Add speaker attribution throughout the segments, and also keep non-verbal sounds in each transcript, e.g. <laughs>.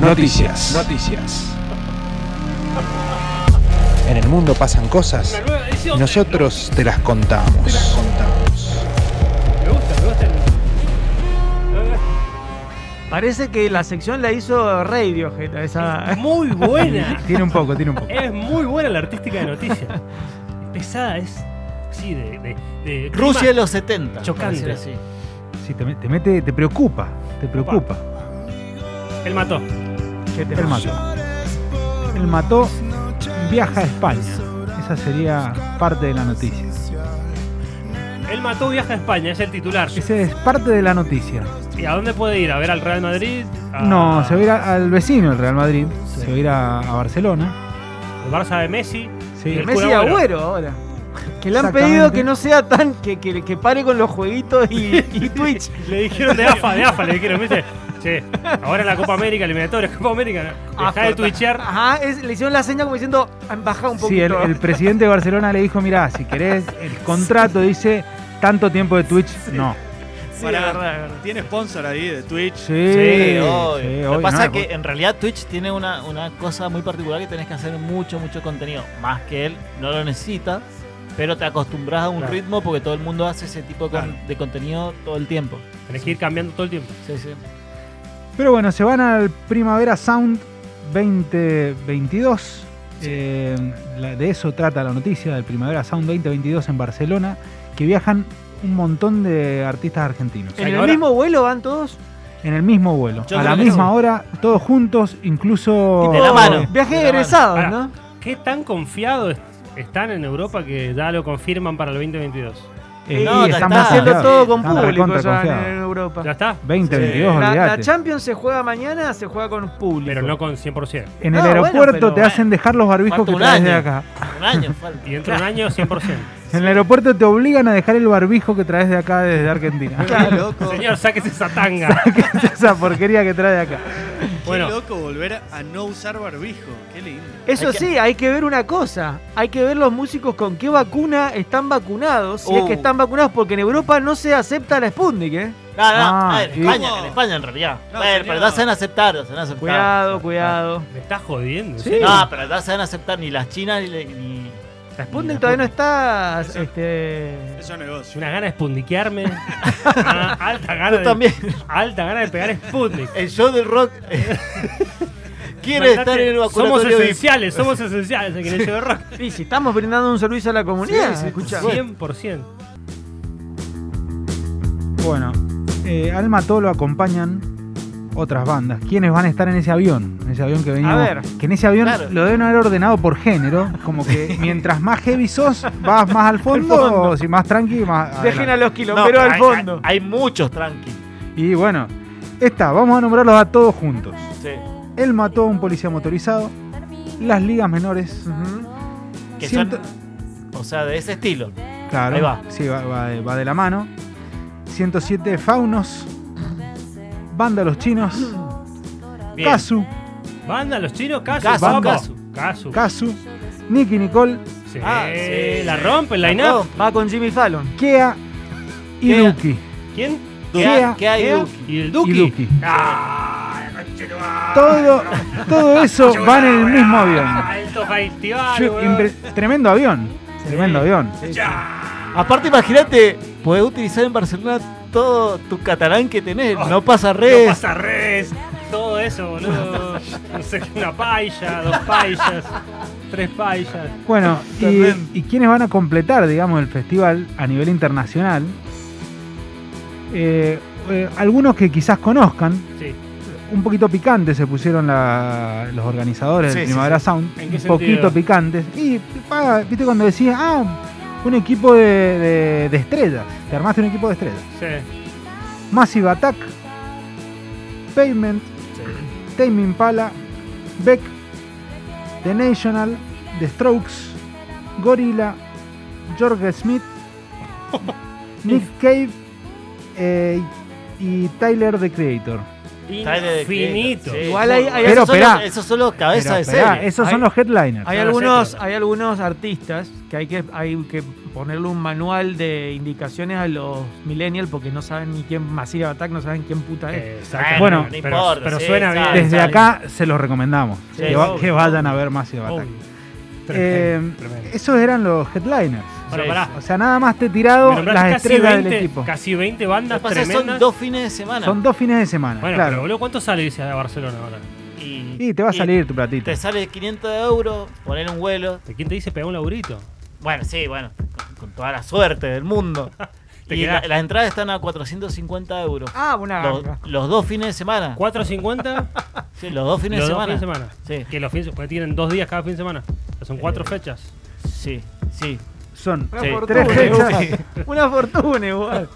Speaker 1: Noticias. Noticias. En el mundo pasan cosas y nosotros te las contamos. Te las contamos.
Speaker 2: Me gusta, me gusta.
Speaker 3: Parece que la sección la hizo Radiohead. a Esa...
Speaker 2: Es
Speaker 1: <laughs>
Speaker 2: muy buena.
Speaker 3: tiene un poco, tiene un poco.
Speaker 2: es muy buena la artística de noticias. Es pesada, es. Sí, de. de, de
Speaker 4: Rusia de
Speaker 2: clima
Speaker 4: los 70.
Speaker 2: Chocante.
Speaker 4: parece así.
Speaker 1: Sí, te, me- te mete, te preocupa, te preocupa.
Speaker 2: Él mató.
Speaker 3: ¿Qué te
Speaker 1: Él mató. Él mató, viaja a España. Esa sería parte de la noticia.
Speaker 2: Él mató viaja a España, es el titular.
Speaker 1: Esa es parte de la noticia.
Speaker 2: ¿Y a dónde puede ir? ¿A ver al Real Madrid?
Speaker 3: Ah.
Speaker 2: ¿A-
Speaker 1: No, se va a ir a- al vecino, el Real Madrid. Se va a ir a, a Barcelona.
Speaker 2: El Barça de Messi.
Speaker 1: Sí.
Speaker 2: Y el
Speaker 3: Messi
Speaker 2: Kun Agüero.
Speaker 3: Agüero ahora. Que le han
Speaker 1: Exactamente.
Speaker 3: pedido que no sea tan. que, que, que pare con los jueguitos y, y Twitch.
Speaker 2: Le dijeron de AFA, de AFA, le dijeron, ¿viste? Che, ahora en la Copa América, eliminatoria, Copa América.
Speaker 1: Ah,
Speaker 2: ¿no? Dejá de
Speaker 3: corta.
Speaker 2: twitchear.
Speaker 3: Ajá, es- le hicieron la seña como diciendo, "Han bajado un poquito.
Speaker 1: Sí, el, el presidente de Barcelona le dijo, mirá, si
Speaker 3: <laughs>
Speaker 1: querés, el contrato dice tanto tiempo de Twitch, no.
Speaker 3: Sí,
Speaker 5: Pará.
Speaker 3: la verdad, la verdad.
Speaker 5: Tiene sponsor ahí de Twitch.
Speaker 1: Sí,
Speaker 4: Sí,
Speaker 1: sí,
Speaker 4: obvio. Lo
Speaker 1: obvio, Ah,
Speaker 4: que pasa
Speaker 1: no,
Speaker 4: es que en realidad Twitch tiene una, una cosa muy particular que tenés que hacer mucho, mucho contenido. Más que él, no lo necesita, pero te acostumbras a un
Speaker 2: Claro.
Speaker 4: ritmo porque todo el mundo hace ese tipo de, con- de contenido todo el tiempo.
Speaker 2: Tenés que ir cambiando todo el tiempo.
Speaker 4: Sí, sí.
Speaker 1: Pero bueno, se van al Primavera Sound 2022. Eh, la- de eso trata la noticia del Primavera Sound 2022 en Barcelona, que viajan un montón de artistas argentinos.
Speaker 3: ¿En el
Speaker 2: Ahora-
Speaker 3: mismo vuelo van todos?
Speaker 1: En el mismo vuelo,
Speaker 4: Yo
Speaker 1: a
Speaker 4: creo
Speaker 1: la
Speaker 4: que
Speaker 1: misma
Speaker 4: sí.
Speaker 1: hora, todos juntos, incluso... eh,
Speaker 4: De la mano.
Speaker 3: Viaje
Speaker 4: De
Speaker 3: de
Speaker 4: la mano.
Speaker 3: egresados,
Speaker 2: Pará.
Speaker 3: ¿no?
Speaker 2: ¿Qué tan confiados est- están en Europa que ya lo confirman para el 2022?
Speaker 1: Eh,
Speaker 4: No,
Speaker 1: y están
Speaker 4: ya está.
Speaker 1: más
Speaker 3: haciendo
Speaker 1: confiados,
Speaker 3: todo con
Speaker 1: están
Speaker 3: público
Speaker 1: recontra
Speaker 3: ya en,
Speaker 1: confiados.
Speaker 3: Europa.
Speaker 2: ¿Ya está?
Speaker 1: 2022,
Speaker 3: La, la
Speaker 1: olvídate.
Speaker 3: Champions se juega mañana, se juega con público.
Speaker 2: Pero no con 100%.
Speaker 1: En el
Speaker 3: Ah, bueno,
Speaker 1: aeropuerto
Speaker 3: pero-
Speaker 1: te hacen dejar los barbijos
Speaker 4: Falta
Speaker 1: que
Speaker 4: un
Speaker 1: traes de
Speaker 4: año.
Speaker 1: acá.
Speaker 4: Un año falta.
Speaker 2: Y dentro de un año, 100%.
Speaker 4: <laughs>
Speaker 1: En el aeropuerto te obligan a dejar el barbijo que traes de acá desde Argentina.
Speaker 3: <laughs>
Speaker 1: <laughs>
Speaker 4: Claro, loco.
Speaker 2: Señor, sáquese esa
Speaker 4: <laughs>
Speaker 2: tanga.
Speaker 1: Esa porquería que trae de acá.
Speaker 5: Qué
Speaker 2: Bueno.
Speaker 5: loco volver a- a no usar barbijo. Qué lindo.
Speaker 3: Eso
Speaker 4: Hay que-
Speaker 3: sí, hay que ver una cosa. Hay que ver los músicos con qué vacuna están vacunados. Si es que
Speaker 4: Uh.
Speaker 3: están vacunados, porque en Europa no se acepta la Sputnik, ¿eh.
Speaker 4: No, no,
Speaker 1: Ah,
Speaker 4: a ver,
Speaker 1: sí.
Speaker 4: España,
Speaker 5: ¿Cómo?
Speaker 4: en España en realidad.
Speaker 5: No,
Speaker 4: A ver,
Speaker 5: señor.
Speaker 4: pero no se van a aceptar, no se van a aceptar.
Speaker 3: Cuidado, cuidado.
Speaker 2: Me estás jodiendo.
Speaker 3: Sí.
Speaker 2: ¿sí?
Speaker 4: No, pero no se van a aceptar ni las chinas ni... le- ni-
Speaker 3: La Sputnik todavía no está.
Speaker 5: Eso-
Speaker 3: Este...
Speaker 5: Eso es negocio.
Speaker 2: Una gana de
Speaker 4: <laughs>
Speaker 2: espundiquearme. Ah, alta gana de,
Speaker 4: También
Speaker 2: Alta gana de pegar Sputnik.
Speaker 4: el show del rock eh, quiere estar en el
Speaker 2: Somos
Speaker 4: vacunatorio de-
Speaker 2: esenciales, somos esenciales en el show de
Speaker 4: <laughs>
Speaker 2: rock.
Speaker 3: Y si estamos brindando un servicio a la comunidad,
Speaker 4: Sí, sí,
Speaker 3: escuchá.
Speaker 2: 100%.
Speaker 1: Bueno, eh, al Mató lo acompañan otras bandas. ¿Quiénes van a estar en ese avión? En ese avión que venía.
Speaker 3: ver.
Speaker 1: Que en ese avión
Speaker 4: Claro.
Speaker 1: lo deben haber ordenado por género. Como
Speaker 4: <laughs>
Speaker 1: que mientras más heavy sos, vas más al fondo. O si más tranqui, más.
Speaker 3: Dejen a
Speaker 1: adelante.
Speaker 3: los
Speaker 4: No,
Speaker 3: quilomberos
Speaker 4: pero
Speaker 3: al
Speaker 4: hay-
Speaker 3: fondo.
Speaker 4: Hay, hay muchos tranqui.
Speaker 1: Y bueno, esta, vamos a nombrarlos a todos juntos.
Speaker 4: Sí.
Speaker 1: Él mató a un policía motorizado. Las ligas menores.
Speaker 3: Ujú.
Speaker 4: Que
Speaker 1: Ciento-
Speaker 4: son, o sea, de ese estilo.
Speaker 1: Claro.
Speaker 4: Ahí va.
Speaker 1: Sí, va, va de, va de la mano. 107 Faunos. Banda Los Chinos.
Speaker 4: Bien.
Speaker 1: Kazu.
Speaker 2: Banda, los chinos, casu.
Speaker 4: Casu,
Speaker 2: vamos.
Speaker 4: casu.
Speaker 2: Casu.
Speaker 1: Kazu. Nicky Nicole.
Speaker 2: Sí,
Speaker 4: Ah, sí.
Speaker 2: la rompe el line
Speaker 4: No,
Speaker 3: Va con Jimmy Fallon.
Speaker 1: Kea. Y
Speaker 4: Kea.
Speaker 1: Duki.
Speaker 2: ¿Quién?
Speaker 4: ¿Qué,
Speaker 1: Kea.
Speaker 4: hay- qué hay,
Speaker 2: ¿Quién?
Speaker 4: Duki?
Speaker 2: ¿Y el
Speaker 1: Y
Speaker 2: Duki?
Speaker 1: Duki.
Speaker 2: Ah, la concha de tu madre.
Speaker 1: Todo, todo eso va en el mismo avión.
Speaker 2: Alto festival,
Speaker 1: Yo-
Speaker 2: weón.
Speaker 1: impre- tremendo avión. Tremendo avión.
Speaker 4: Aparte, imagínate, podés utilizar en Barcelona todo tu catalán que tenés. no pasa
Speaker 2: No
Speaker 1: Eh.
Speaker 4: res.
Speaker 2: pasa res, todo eso, boludo. No sé, una paella, dos paellas, tres paellas.
Speaker 1: Bueno,
Speaker 4: Tremendo.
Speaker 1: y, y quienes van a completar, digamos, el festival a nivel internacional. Eh, eh, algunos que quizás conozcan,
Speaker 2: Sí.
Speaker 1: un poquito picantes se pusieron la- los organizadores
Speaker 4: Sí,
Speaker 1: del
Speaker 4: sí,
Speaker 1: Primavera Sound.
Speaker 2: ¿En qué
Speaker 1: un poquito
Speaker 2: sentido?
Speaker 1: picantes. Y, pa, viste, cuando decías, ah, un equipo de, de- de estrellas. Te armaste un equipo de estrellas.
Speaker 2: Sí.
Speaker 1: Massive Attack, Payment, Tame Impala, Beck, The National, The Strokes, Gorilla, George
Speaker 2: <laughs>
Speaker 1: Smith, Nick Cave eh, y Tyler, The Creator.
Speaker 4: Trae de-
Speaker 2: Infinito.
Speaker 4: sí.
Speaker 3: Igual hay- hay-
Speaker 1: Pero
Speaker 4: esos son los-
Speaker 1: esperá.
Speaker 4: esos son los cabezas
Speaker 1: Pero
Speaker 4: de
Speaker 1: esperá,
Speaker 4: serie.
Speaker 1: esos son
Speaker 3: Hay-
Speaker 1: los headliners.
Speaker 3: Hay
Speaker 2: Claro,
Speaker 3: algunos,
Speaker 2: sí, claro.
Speaker 3: hay algunos artistas que hay, que hay que ponerle un manual de indicaciones a los millennials porque no saben ni quién, Massive Attack, no saben quién puta
Speaker 4: Eh,
Speaker 3: es.
Speaker 2: Exactamente.
Speaker 1: eh, Bueno,
Speaker 4: no
Speaker 2: Eh, pero,
Speaker 4: importa,
Speaker 2: pero
Speaker 4: sí,
Speaker 2: suena
Speaker 4: sabe,
Speaker 2: bien.
Speaker 1: Desde
Speaker 4: Está
Speaker 1: acá se los recomendamos.
Speaker 4: Sí,
Speaker 1: que, va-
Speaker 3: obvio,
Speaker 1: que vayan a ver más Attack.
Speaker 2: Obvio.
Speaker 1: Eh,
Speaker 2: Tremendo, tremendo.
Speaker 1: esos eran los headliners.
Speaker 2: Bueno,
Speaker 4: sí,
Speaker 2: pará.
Speaker 1: O sea, nada más te he
Speaker 2: Me
Speaker 1: tirado
Speaker 2: nombraste
Speaker 1: las
Speaker 2: casi
Speaker 1: estrellas
Speaker 2: 20
Speaker 1: del equipo.
Speaker 2: Casi 20
Speaker 4: Lo que
Speaker 2: bandas
Speaker 4: pasa es que
Speaker 2: tremendas.
Speaker 4: son dos fines de semana.
Speaker 1: Son dos fines de semana,
Speaker 2: Bueno, pero
Speaker 1: claro.
Speaker 2: boludo, ¿cuánto sale dice de Barcelona ahora?
Speaker 4: y,
Speaker 1: Y te va a
Speaker 4: y
Speaker 1: salir tu platita.
Speaker 4: Te sale 500 euros, poner un vuelo.
Speaker 2: ¿Quién te dice pegar un laburito?
Speaker 4: Bueno, sí, bueno, con, con toda la suerte del mundo.
Speaker 2: <laughs> Te
Speaker 4: y
Speaker 2: quedás.
Speaker 4: la- las entradas están a 450 euros.
Speaker 3: Ah, una
Speaker 4: Los,
Speaker 3: ganga.
Speaker 4: los dos fines de semana. <laughs>
Speaker 2: ¿4.50?
Speaker 4: Sí, los dos fines
Speaker 2: los
Speaker 4: de
Speaker 2: dos
Speaker 4: semana.
Speaker 2: fines de semana.
Speaker 4: Sí.
Speaker 2: Que los fines, porque tienen dos días cada fin de semana. Son cuatro
Speaker 4: Eh,
Speaker 2: fechas.
Speaker 4: Sí, sí.
Speaker 1: Son
Speaker 3: Una
Speaker 4: Sí.
Speaker 3: fortuna,
Speaker 1: tres fechas.
Speaker 3: igual. Una fortuna
Speaker 4: <laughs>
Speaker 3: igual.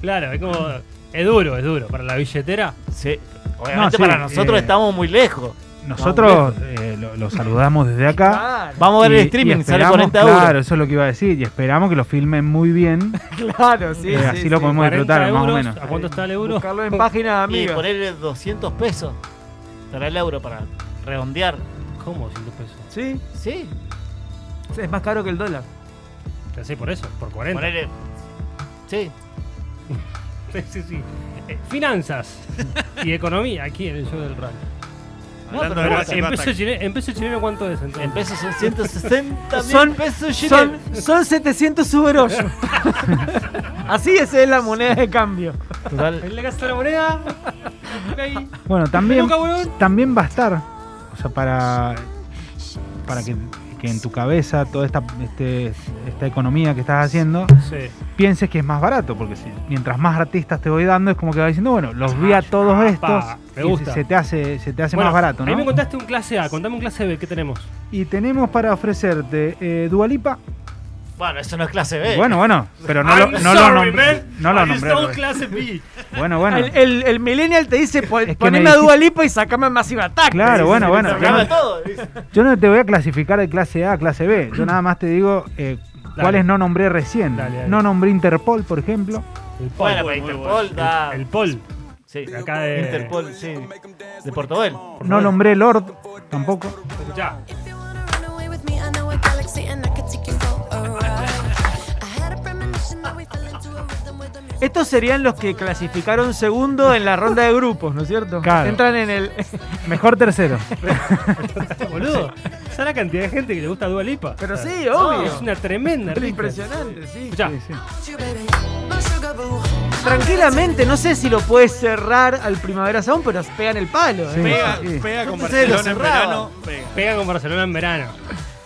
Speaker 2: Claro, es como. Es duro, es duro. Para la billetera.
Speaker 4: sí. Obviamente
Speaker 1: sí,
Speaker 4: para nosotros
Speaker 1: eh,
Speaker 4: estamos muy lejos.
Speaker 1: Nosotros eh, lo, lo saludamos desde acá.
Speaker 3: Claro,
Speaker 4: Vamos a ver
Speaker 1: Y-
Speaker 4: el streaming,
Speaker 1: y
Speaker 4: sale
Speaker 1: esperamos-
Speaker 4: 40 euros.
Speaker 1: Claro, eso es lo que iba a decir. Y esperamos que lo filmen muy bien.
Speaker 3: claro, sí.
Speaker 1: Eh,
Speaker 3: sí,
Speaker 1: así lo podemos-
Speaker 3: sí.
Speaker 1: Vamos a disfrutar, más o
Speaker 2: euros.
Speaker 1: menos.
Speaker 2: ¿A cuánto está el euro?
Speaker 3: Buscarlo en páginas
Speaker 4: Y
Speaker 3: amigas.
Speaker 4: ponerle 200 pesos. Estará el euro para redondear.
Speaker 2: ¿Cómo? 200 pesos.
Speaker 3: Sí,
Speaker 4: Sí,
Speaker 3: es más caro que el dólar.
Speaker 2: Te hace por eso, por 40.
Speaker 4: ponerle. Sí,
Speaker 2: <laughs> Sí, sí, sí. Eh, finanzas y economía aquí en el show del rank.
Speaker 4: pero
Speaker 5: Hablando de
Speaker 4: no,
Speaker 5: Massive
Speaker 2: Empezó
Speaker 5: Attack.
Speaker 2: chileno, empiezo chileno cuánto es entonces.
Speaker 4: en
Speaker 1: <laughs>
Speaker 4: pesos son 160
Speaker 3: Son-
Speaker 4: mil pesos
Speaker 3: Son,
Speaker 4: chilenos.
Speaker 3: son 700 <laughs> suberosos. Así es eh, la moneda de cambio.
Speaker 4: Total.
Speaker 2: En la casa de la moneda. Ok.
Speaker 1: Bueno, también,
Speaker 2: Peluca, huevón.
Speaker 1: también va a estar. O sea, para, para que, que en tu cabeza toda esta, este- esta economía que estás haciendo
Speaker 2: Sí.
Speaker 1: pienses que es más barato. Porque si- mientras más artistas te voy dando, es como que vas diciendo, bueno, los vi a todos
Speaker 2: Ah,
Speaker 1: estos.
Speaker 2: pa, me
Speaker 1: y
Speaker 2: gusta.
Speaker 1: se te hace, se te hace
Speaker 2: Bueno,
Speaker 1: más barato,
Speaker 2: A mí
Speaker 1: ¿no?
Speaker 2: me contaste un clase A, contame un clase B, ¿qué tenemos?
Speaker 1: Y tenemos para ofrecerte eh, Dualipa.
Speaker 4: Bueno, eso no es clase B.
Speaker 1: Bueno, bueno, pero no lo,
Speaker 2: Eh. I'm
Speaker 1: no lo
Speaker 2: sorry,
Speaker 1: nom-
Speaker 2: man.
Speaker 1: no lo
Speaker 2: I
Speaker 1: nombré. pues.
Speaker 2: stole clase B.
Speaker 1: Bueno, bueno.
Speaker 3: El, el- el millennial te dice, "Pon-
Speaker 1: que
Speaker 3: poneme
Speaker 1: me
Speaker 3: a
Speaker 1: dijiste-
Speaker 3: Dua Lipa y sacame a Massive Attack.
Speaker 1: Claro, bueno, bueno. Yo
Speaker 4: Programa
Speaker 1: no,
Speaker 4: todo. dice.
Speaker 1: yo no te voy a clasificar de clase A a clase B. Yo nada más te digo eh, cuáles no nombré recién.
Speaker 2: Dale, dale.
Speaker 1: No nombré Interpol, por ejemplo.
Speaker 2: El
Speaker 4: Bueno,
Speaker 2: Pol.
Speaker 4: pero
Speaker 2: Muy
Speaker 4: Interpol
Speaker 2: bueno.
Speaker 4: da-
Speaker 2: El, el Pol.
Speaker 4: Sí,
Speaker 2: de Acá de
Speaker 4: Interpol, sí. De Portobel.
Speaker 1: No nombré Lord tampoco.
Speaker 2: Escuchá,
Speaker 6: If you wanna run away with me, I know a galaxy and I could take you for a ride. I had a premonition that we fell into a rhythm with the music.
Speaker 3: Estos serían los que clasificaron segundo en la ronda de grupos, ¿no es cierto?
Speaker 1: Claro.
Speaker 3: Entran en el.
Speaker 1: <laughs> Mejor tercero.
Speaker 2: <laughs> boludo. ¿Sabes la cantidad de gente que le gusta Dua Lipa?
Speaker 3: Pero
Speaker 2: O sea,
Speaker 3: sí, obvio.
Speaker 2: Es una tremenda.
Speaker 3: <laughs> Es
Speaker 2: lista.
Speaker 3: impresionante, sí.
Speaker 2: Escuchá,
Speaker 1: Sí, sí.
Speaker 6: Without you, baby, my sugar boo.
Speaker 3: Tranquilamente, no sé si lo puedes cerrar al Primavera Sound, pero pegan el palo.
Speaker 1: Sí.
Speaker 3: ¿eh?
Speaker 5: Pega,
Speaker 1: Sí.
Speaker 5: pega con
Speaker 4: Entonces lo
Speaker 5: Barcelona en
Speaker 4: cerraba.
Speaker 5: verano. Pega.
Speaker 2: pega con Barcelona en verano.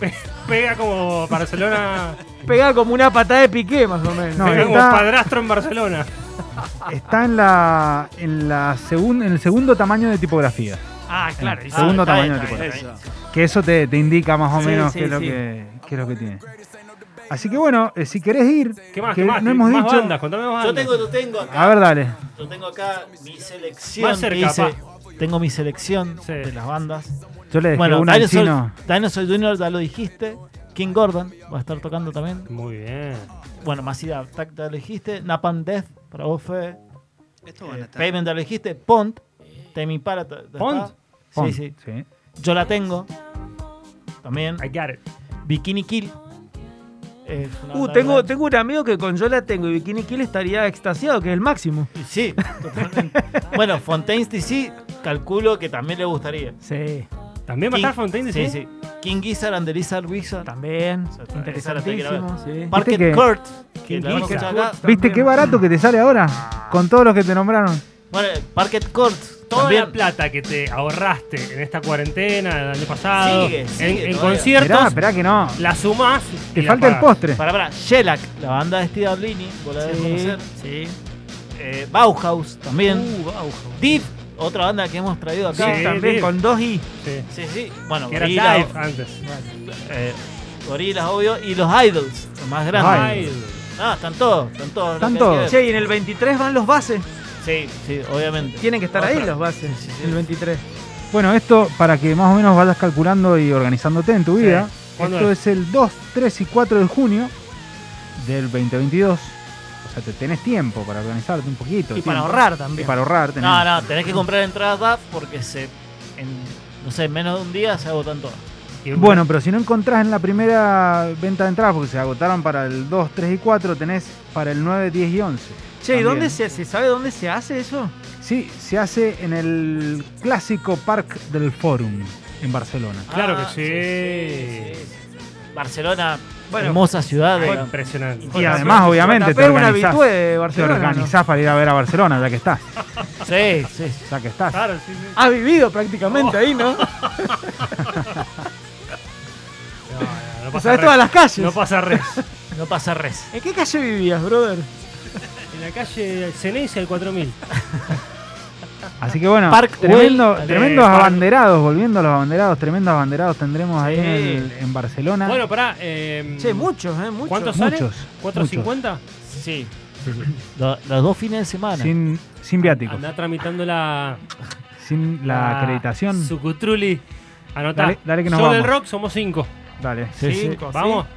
Speaker 2: Pe- Pega como Barcelona.
Speaker 3: Pega como una patada de piqué, más o menos.
Speaker 1: <laughs> No,
Speaker 2: pega como
Speaker 1: está-
Speaker 2: padrastro en Barcelona.
Speaker 1: Está en la en la segun- en el segundo tamaño de tipografía.
Speaker 3: Ah, claro. y
Speaker 1: Ah,
Speaker 3: sí.
Speaker 1: Segundo
Speaker 4: está bien,
Speaker 1: tamaño
Speaker 4: está
Speaker 1: tipo.
Speaker 4: bien, está
Speaker 5: Eso.
Speaker 1: Que eso te, te indica más o
Speaker 3: Sí,
Speaker 1: menos
Speaker 3: sí,
Speaker 1: qué, es lo
Speaker 3: sí.
Speaker 1: que, qué es lo que tiene. Así que bueno, eh, si querés ir,
Speaker 2: ¿Qué más?
Speaker 1: que
Speaker 2: ¿Qué más?
Speaker 1: no
Speaker 2: ¿Qué-
Speaker 1: hemos
Speaker 2: más
Speaker 1: dicho.
Speaker 2: bandas, contame más
Speaker 4: Yo
Speaker 2: bandas.
Speaker 4: tengo, yo tengo acá,
Speaker 1: A ver, dale.
Speaker 4: yo tengo acá mi selección.
Speaker 2: Más cerca,
Speaker 4: que hice.
Speaker 2: pa.
Speaker 4: tengo mi selección
Speaker 2: Sí.
Speaker 4: de las bandas.
Speaker 1: Yo le dejé
Speaker 4: Bueno,
Speaker 1: una al
Speaker 4: Dinosaur,
Speaker 1: chino.
Speaker 4: Dinosaur Junior ya lo dijiste. King Gordon va a estar tocando también.
Speaker 2: Muy bien.
Speaker 4: Bueno, Massive Attack ya lo dijiste. Napalm Death para vos, Fede.
Speaker 5: Esto van a
Speaker 4: Eh,
Speaker 5: estar.
Speaker 4: Pavement ya lo dijiste. Pont. Temi para.
Speaker 2: Pont.
Speaker 1: Pon,
Speaker 4: Sí, sí.
Speaker 1: sí.
Speaker 4: Yo la tengo. También.
Speaker 2: I got it.
Speaker 4: Bikini Kill. Eh, una
Speaker 3: Uh,
Speaker 4: banda
Speaker 3: tengo,
Speaker 4: grande.
Speaker 3: tengo un amigo que con yo la tengo y Bikini Kill estaría extasiado, que es el máximo.
Speaker 4: Sí, totalmente. bueno, Fontaine's DC, calculo que también le gustaría.
Speaker 3: Sí,
Speaker 2: ¿También va a
Speaker 4: King-
Speaker 2: estar Fontaine
Speaker 4: Sí, sí. King Gizzard and the Lizard Wizard.
Speaker 3: también.
Speaker 4: Esa- esa
Speaker 3: Interesantísimo. Sí.
Speaker 4: Parker
Speaker 1: que-
Speaker 4: Kurt. Que
Speaker 2: King
Speaker 4: la vamos a
Speaker 2: Gizzard.
Speaker 4: escuchar acá.
Speaker 1: ¿Viste qué barato que te sale ahora? Con todos los que te nombraron.
Speaker 4: Bueno, Parker Kurt.
Speaker 2: Toda la
Speaker 4: también.
Speaker 2: plata que te ahorraste en esta cuarentena, el año pasado,
Speaker 4: Sigue, sigue
Speaker 2: en- en,
Speaker 4: todavía.
Speaker 2: conciertos,
Speaker 1: Esperá, esperá que no.
Speaker 2: la sumás. y
Speaker 1: Te
Speaker 2: la
Speaker 1: falta el
Speaker 2: pagás.
Speaker 1: postre.
Speaker 4: Para, para. Shellac, la banda de Steve Arlini. Vos la debes conocer.
Speaker 3: sí.
Speaker 4: Eh, Bauhaus también.
Speaker 2: Uh, Bauhaus.
Speaker 4: Deep, otra banda que hemos traído
Speaker 3: Sí,
Speaker 4: acá.
Speaker 2: Sí,
Speaker 3: también
Speaker 2: sí.
Speaker 3: con dos I.
Speaker 2: Sí.
Speaker 4: Sí, sí. Bueno,
Speaker 2: Que era
Speaker 4: Gorillaz,
Speaker 2: live antes.
Speaker 4: eh, Gorillaz, obvio. Y los Idols, los más grandes.
Speaker 1: Ay.
Speaker 4: Ah, están todos, están todos.
Speaker 1: Están
Speaker 4: lo que hay que
Speaker 1: todos.
Speaker 4: ver.
Speaker 3: Che, y en el 23 van los bases.
Speaker 4: Sí, sí, obviamente. Ah,
Speaker 3: Tienen que estar ahí
Speaker 4: Otra.
Speaker 3: los bases.
Speaker 4: Sí, sí, sí.
Speaker 3: El 23.
Speaker 1: Bueno, esto para que más o menos vayas calculando y organizándote en tu
Speaker 2: Sí.
Speaker 1: vida.
Speaker 2: ¿Cuándo
Speaker 1: Esto es? el 2, 3 y 4 de junio del 2022. O sea, te tenés tiempo para organizarte un poquito.
Speaker 3: Y
Speaker 1: tiempo.
Speaker 3: para ahorrar
Speaker 1: Y
Speaker 3: también.
Speaker 1: para ahorrar tenés-
Speaker 4: No, no, tenés que comprar entradas DAF porque se, en, no sé, en menos de un día se agotan todas.
Speaker 2: Y un-
Speaker 1: Bueno, pero si no encontrás en la primera venta de entradas, porque se agotaron para el 2, 3 y 4, tenés para el 9, 10 y 11.
Speaker 3: Che, ¿y dónde
Speaker 1: También.
Speaker 3: se, se sabe dónde se hace eso?
Speaker 1: Sí, se hace en el clásico Parc del Fórum, en Barcelona.
Speaker 2: Claro que
Speaker 4: Ah,
Speaker 2: sí.
Speaker 4: sí, sí, sí. Barcelona,
Speaker 3: Bueno.
Speaker 4: hermosa ciudad.
Speaker 2: Fue
Speaker 4: digamos.
Speaker 2: impresionante.
Speaker 1: Y
Speaker 3: Bueno,
Speaker 1: además,
Speaker 3: pero-
Speaker 1: obviamente,
Speaker 3: JP
Speaker 1: te
Speaker 3: es un
Speaker 1: organizás.
Speaker 3: habitué de
Speaker 1: Te
Speaker 3: Barcelona. ¿no?
Speaker 1: organizás para ir a ver a Barcelona, ya que estás.
Speaker 4: Sí, sí, sí.
Speaker 1: Ya que estás.
Speaker 2: Claro, sí, sí.
Speaker 3: Ha vivido
Speaker 4: Oh.
Speaker 3: prácticamente ahí,
Speaker 4: <laughs>
Speaker 3: ¿no?
Speaker 2: No,
Speaker 1: <laughs>
Speaker 2: no, no pasa
Speaker 3: Sabes
Speaker 2: res.
Speaker 3: todas las calles.
Speaker 2: No pasa res.
Speaker 4: no pasa res.
Speaker 3: ¿En qué calle vivías, brother?
Speaker 2: En la calle Ceneis el 4000.
Speaker 1: Así que bueno,
Speaker 4: Park
Speaker 1: tremendo-
Speaker 4: Güell,
Speaker 1: tremendos
Speaker 2: eh, Park-
Speaker 1: abanderados, volviendo a los abanderados, tremendos abanderados tendremos ahí en, el- en Barcelona.
Speaker 2: Bueno, pará. Eh,
Speaker 3: Che, muchos, ¿eh? Muchos.
Speaker 2: ¿Cuántos sale?
Speaker 1: muchos. muchos.
Speaker 2: ¿450?
Speaker 4: Sí. Lo- los dos fines de semana.
Speaker 1: Sin, sin viáticos,
Speaker 2: Andá tramitando la.
Speaker 1: sin la acreditación.
Speaker 2: Sucutruli. Anotá.
Speaker 1: Dale- dale que nos
Speaker 2: Yo del
Speaker 1: vamos.
Speaker 2: rock somos 5.
Speaker 1: Dale.
Speaker 4: Sí, sí.
Speaker 3: Cinco, sí.
Speaker 2: Vamos.